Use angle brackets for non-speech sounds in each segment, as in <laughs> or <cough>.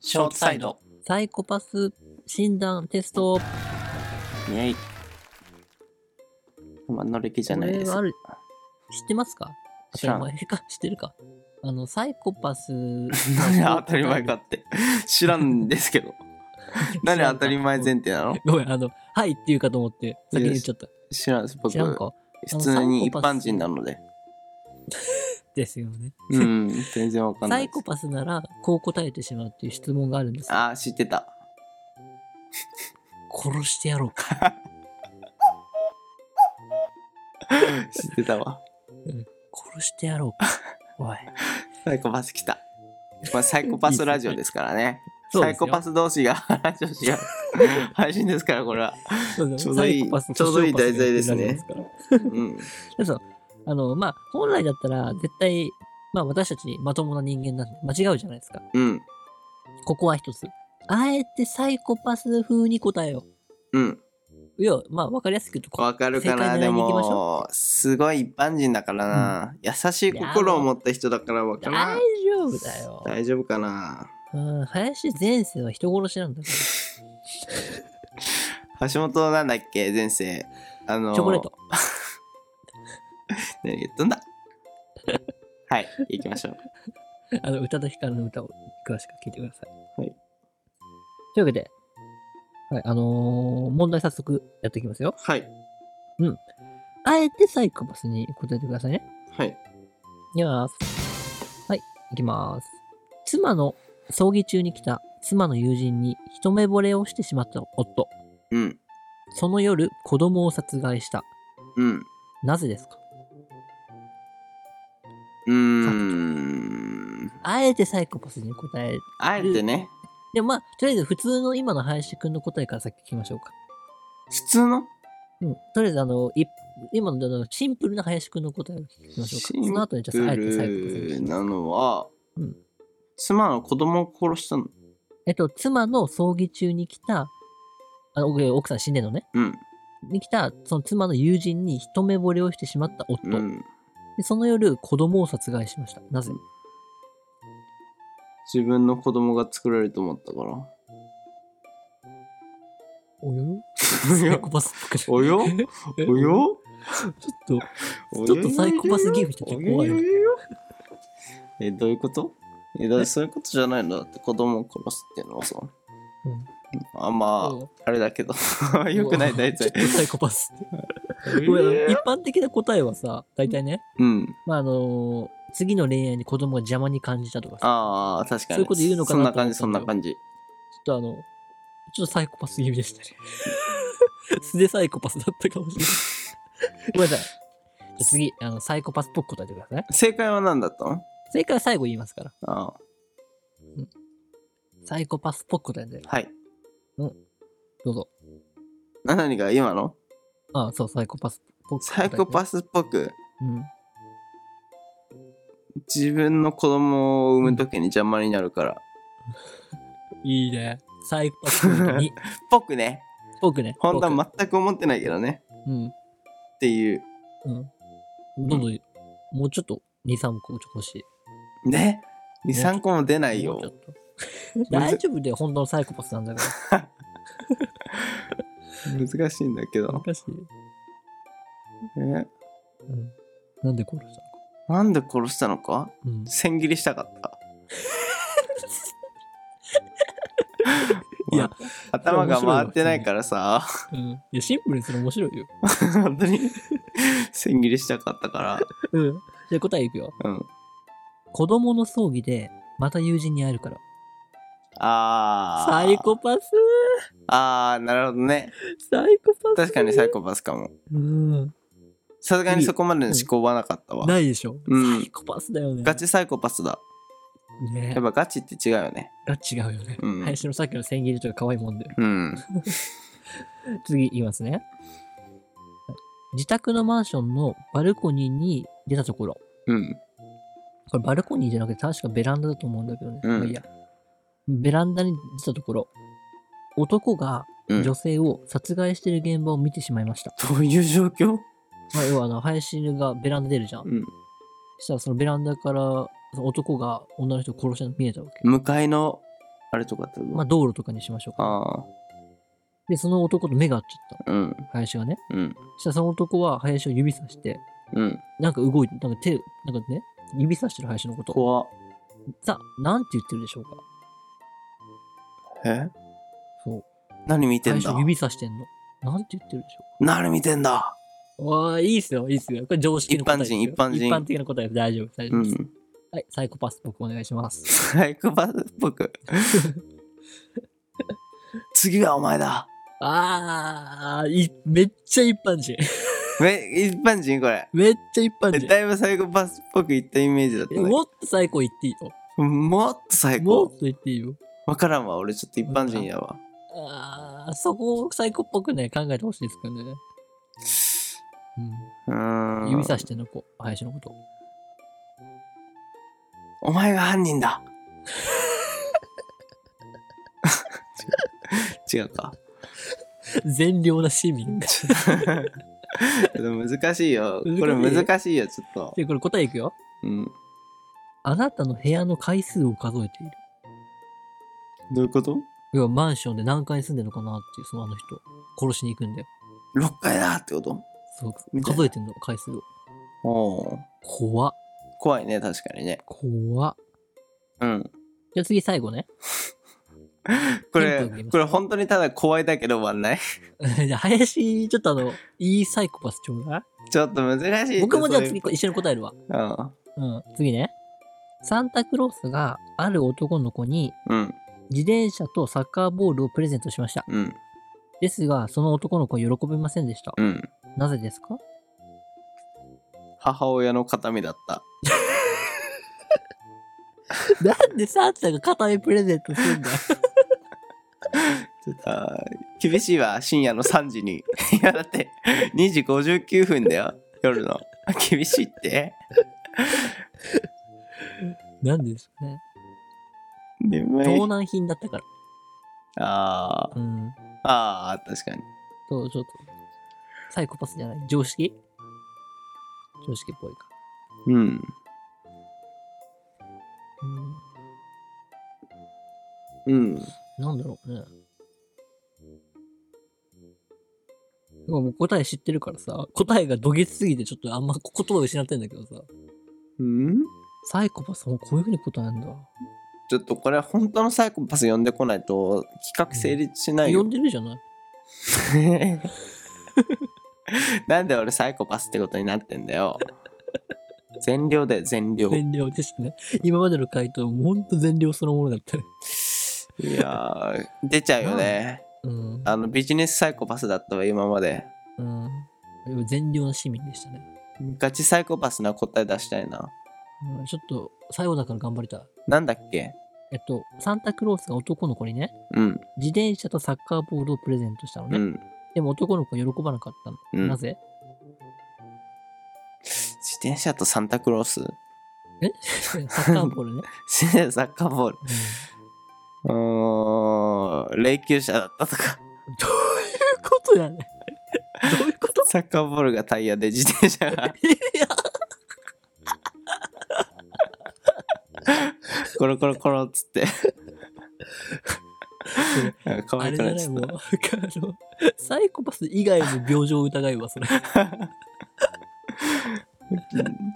ショートサイド。サイコパス診断テスト。イェイ。まあ、乗り気じゃこないれです。はある、知ってますか当知たらりん。前か、知ってるか。あの、サイコパス。何が <laughs> 当たり前かって。知らんです <laughs> けど。何が当たり前前提なのごめん、あの、はいって言うかと思って、先に言っちゃった。知らんです。僕、知らんか普通に一般人なので。ですよね。うん、全然わかんなサいイでコパスなら、こう答えてしまうっていう質問があるんですす。。ああ、知ってた。殺してやろ <laughs> うか。知ってたわ。殺してやろうか。お <laughs> い。サイコパス来た。これサイコパスラジオですからね。 <laughs> そうサでイすよコパス同士が話を <laughs> し合う配信ですから、これは。そうですちょうよどいいサイコパスとちょうどいいソシオパスがやっ題材てるですねラジオからうん。でそうあの、まあ、本来だったら、絶対、まあ、私たちまともな人間なんで、間違うじゃないですか。うん。ここは一つ。あえてサイコパス風に答えようん。う。いや、まあ、わかりやすく言うとこわかるか正な解で狙いに行きましも、すごい一般人だからな。優しい心を持った人だからわか大らん。丈夫だよ。大丈夫かなうん、林前世は人殺しなんだか橋本なんだっけ前世。あのら。チョコレート。何言ったんだ <laughs> はい、行きましょう。あの、宇多田ヒカルの歌を詳しく聞いてください。はい。というわけで、はい、あのー問題早速やっていきますよ。はい。あえてサイコパスに答えてくださいね。はい。いきます。はい、いきます。妻の葬儀中に来た妻の友人に一目惚れをしてしまった夫。うん。その夜、子供を殺害した。うん。なぜですかうーん。あえてサイコパスに答え。あえてね、でもまあ、とりあえず普通の今の林くんの答えから先聞きましょうか。普通のうん。とりあえずあの、い今のあのシンプルな林くんの答えを聞きましょうか。その後にじゃあ、あえてサイコパスにシしンプルますなのは、うん妻の子供を殺したの。えっと、妻の葬儀中に来た、あの奥奥さん死んでんのね。うん。に来た、その妻の友人に一目惚れをしてしまった夫。うん。でその夜、子供を殺害しました。なぜ自分の子供が作られると思ったから。およおサイよコパスっぽくおよ <laughs> およちょっと、ちょっとサイコパスゲームちょっと怖いおよおよおよおよえ、どういうことえ、だってそういうことじゃないのだって子供を殺すっていうのはさ。あんまうんあ、あれだけど。 <laughs> よくない大ちょ体っ。とサイコパスって。ごめんあの一般的な答えはさ、大体ね、うん。まああのー次の恋愛に子供が邪魔に感じたとかさ、ああ、確かに。そういうこと言うのかなそんな感じ、とそん思ったなん感だじ。ちょっとあの、ちょっとサイコパス気味 <laughs> でしたね。素でサイコパスだったかもしれない。ごめんなさい。じゃあ次、あの、サイコパスっぽく答えてください。正解は何だったの正解は最後言いますから。ああ、サイコパスっぽく答えて。はい。どうぞ。な何が今のああ、そう、サイコパスっぽく答サえイて。コパスっぽくうん。自分の子供を産む時に邪魔になるから。いいね。サイコパス <laughs> に。僕ね。僕ね。本当僕は全く思ってないけどね。うん。っていう。うん。どんどん、もうちょっと、2、3個欲しい。ね ?2、もうちょっと3個も出ないもうちょよっ。と <laughs> 大丈夫で、本当のサイコパスなんだから。 <laughs> 難しいんだけど。難しい。えうん。なんで殺したのか。なんで殺したのかうん。千切りしたかった。いや、頭が回ってないからさ。うん。いや、シンプルにする面白いよ。本当に千切りしたかったかうん。じゃあ答えいくよ。ら。うん。子供の葬儀で、また友人に会えるから。ああ。サイコパスああ、なるほどね。サイコパス確かにサイコパスかも。うん。さすがにそこまでの思考はなかったわ。ないでしょ、うんサイコパスだよね。ガチサイコパスだ。ねやっぱガチって違うよね。が違うよね。うん林のさっきの千切りとか可愛いもんで。うん。次言いますね。自宅のマンションのバルコニーに出たところ。うん。これバルコニーじゃなくて確かベランダだと思うんだけどね。うんまあいいや。ベランダに出たところ、男がうん、女ど性を殺害している現場を見てしまいました。ういう状況まあ、要はあの、林がベランダ出るじゃん。うん。そしたらそのベランダからその男が女の人を殺したの見えたわけ。向かいのあれとかってことまあ、道路とかにしましょうか。ああ、で、その男と目が合っちゃっうん、た。林がね。うん、そしたらその男は林を指さして、うん。なんか動いて、なんか手、なんかね、指さしてる林のこと。怖っさ、なんて言ってるでしょうか。えそう。何見てん林だを指さしてんの。なんて言ってるでしょ何見てんだうか。わあ、いいっすよ、いいっすよ。これ常識の答えですよ。一般人一一般人般的な答えです。大丈夫、大丈う夫です。ん。 <laughs> はい、サイコパス僕お願いします。サイコパスっぽく。次はお前だ。ああ、いめっちゃ一般人。 <laughs> め、一般人これ。めっちゃ一般人。だいぶサイコパスっぽく言ったイメージだったえねも。っと最高言っていいよ。もっと最もっ高と言っていいよ。わからんわ、俺ちょっと一般人やわ。ああ、そこを最高っぽくね、考えてほしいですけどね。ううーん。ん。指さしてんの子、林のこと。お前が犯人 <laughs> だ。違うか。善良な市民。でも難しいよ。難しいこれ難しいよ、ちょっと。 <laughs> で、これ答えいくよ。うん。あなたの部屋の回数を数えている。どういうこと要はマンションで何階に住んでるのかなっていう、そのあの人。殺しに行くんだよ。 ?6 回だってことそうみたいな数えてんの、回数を。おー怖っ。怖いね、確かにね。怖っ。うん。じゃあ次最後ね。 <laughs> こテれンポよく言い、ますこれ本当にただ怖いだけど終わんない <laughs> じゃあ林、ちょっとあの、いいサイコパスちょうだちょっと難しいいね。僕もじゃあそうい次う一緒に答えるわ。うん。うん、次ね。サンタクロースがある男の子にうん。自転車とサッカーボールをプレゼントしました。うん。ですが、その男の子は喜びませんでした。うん。なぜですか母親の形見だった。 <laughs> なんでサンタが片目プレゼントするんだちょっとあー厳しいわ深夜の3時にいやだ <laughs> って2時59分だよ夜の厳しいって <laughs> なんでですかね。眠い盗難品だったから。あーうん。あー確かにそう、ちょっと。サイコパスじゃない。常識常識っぽいか。うんううんん。なんだろうね。でももう答え知ってるからさ、答えがどげつすぎてちょっとあんま言葉失ってんだけどさ。うんサイコパスもこういうふうに答えんだ。ちょっとこれ本当のサイコパス呼んでこないと企画成立しない呼よ、んでるじゃない <laughs> なんで俺サイコパスってことになってんだよ善良だよ善良い全量でしたね。今までの回答、ほんと全量そのものだったね。やー出ちゃうよねうん。あのビジネスサイコパスだったわ今までうん。でも全量の市民でしたね。ガチサイコパスな答え出したいな。うん、ちょっと、最後だから頑張りたい。なんだっけえっと、サンタクロースが男の子にね、うん、自転車とサッカーボールをプレゼントしたのうね。ん、でも男の子は喜ばなかったの。うん。な自ぜ <laughs> 転車とサンタクロース <laughs> えサッカーボー <laughs> ルね。自転車サッカーボール。うんうーん、霊柩車だったとか。どういうことやねんどういうことサッカーボールがタイヤで自転車 <laughs> が。いや、コロコロコロっつって。なんか可あ愛れくじなっゃなちいゃもう、っあの、サイコパス以外の病状を疑いはそれ。た。うん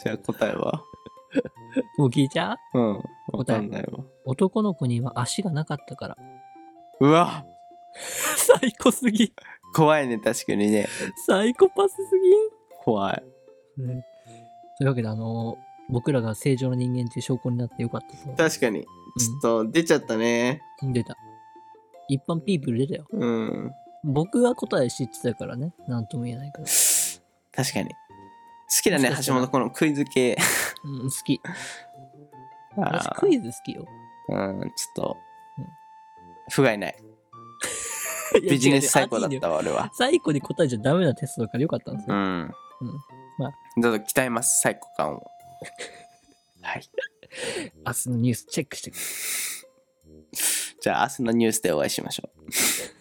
じゃあ答えはもう聞いちゃううん、わ答えかんないわ。男の子には足がなかったから。うわ最高すぎ。怖いね、確かにね。最高パスす怖い。ぎ。ねというわけで、あの僕らが正常な人間っていう証拠になってよかったですね。確かに。ちょっと出ちゃったね。うん、出た。一般ピープル出たよ。うん。僕は答え知ってたからね。なんとも言えないから。確かに。好きだねもし、かした橋ら本、このクイズ系。うん、好き。私あークイズ好きよ。うん、ちょっとうん、不甲斐ない。ビジネス最高だったわ、俺は。最高に答えちゃダメなテストだからよかったんですうよ。ん。まあどうぞ鍛えます、最高感を。はい。明日のニュースチェックしてくださいじゃあ、明日のニュースでお会いしましょう。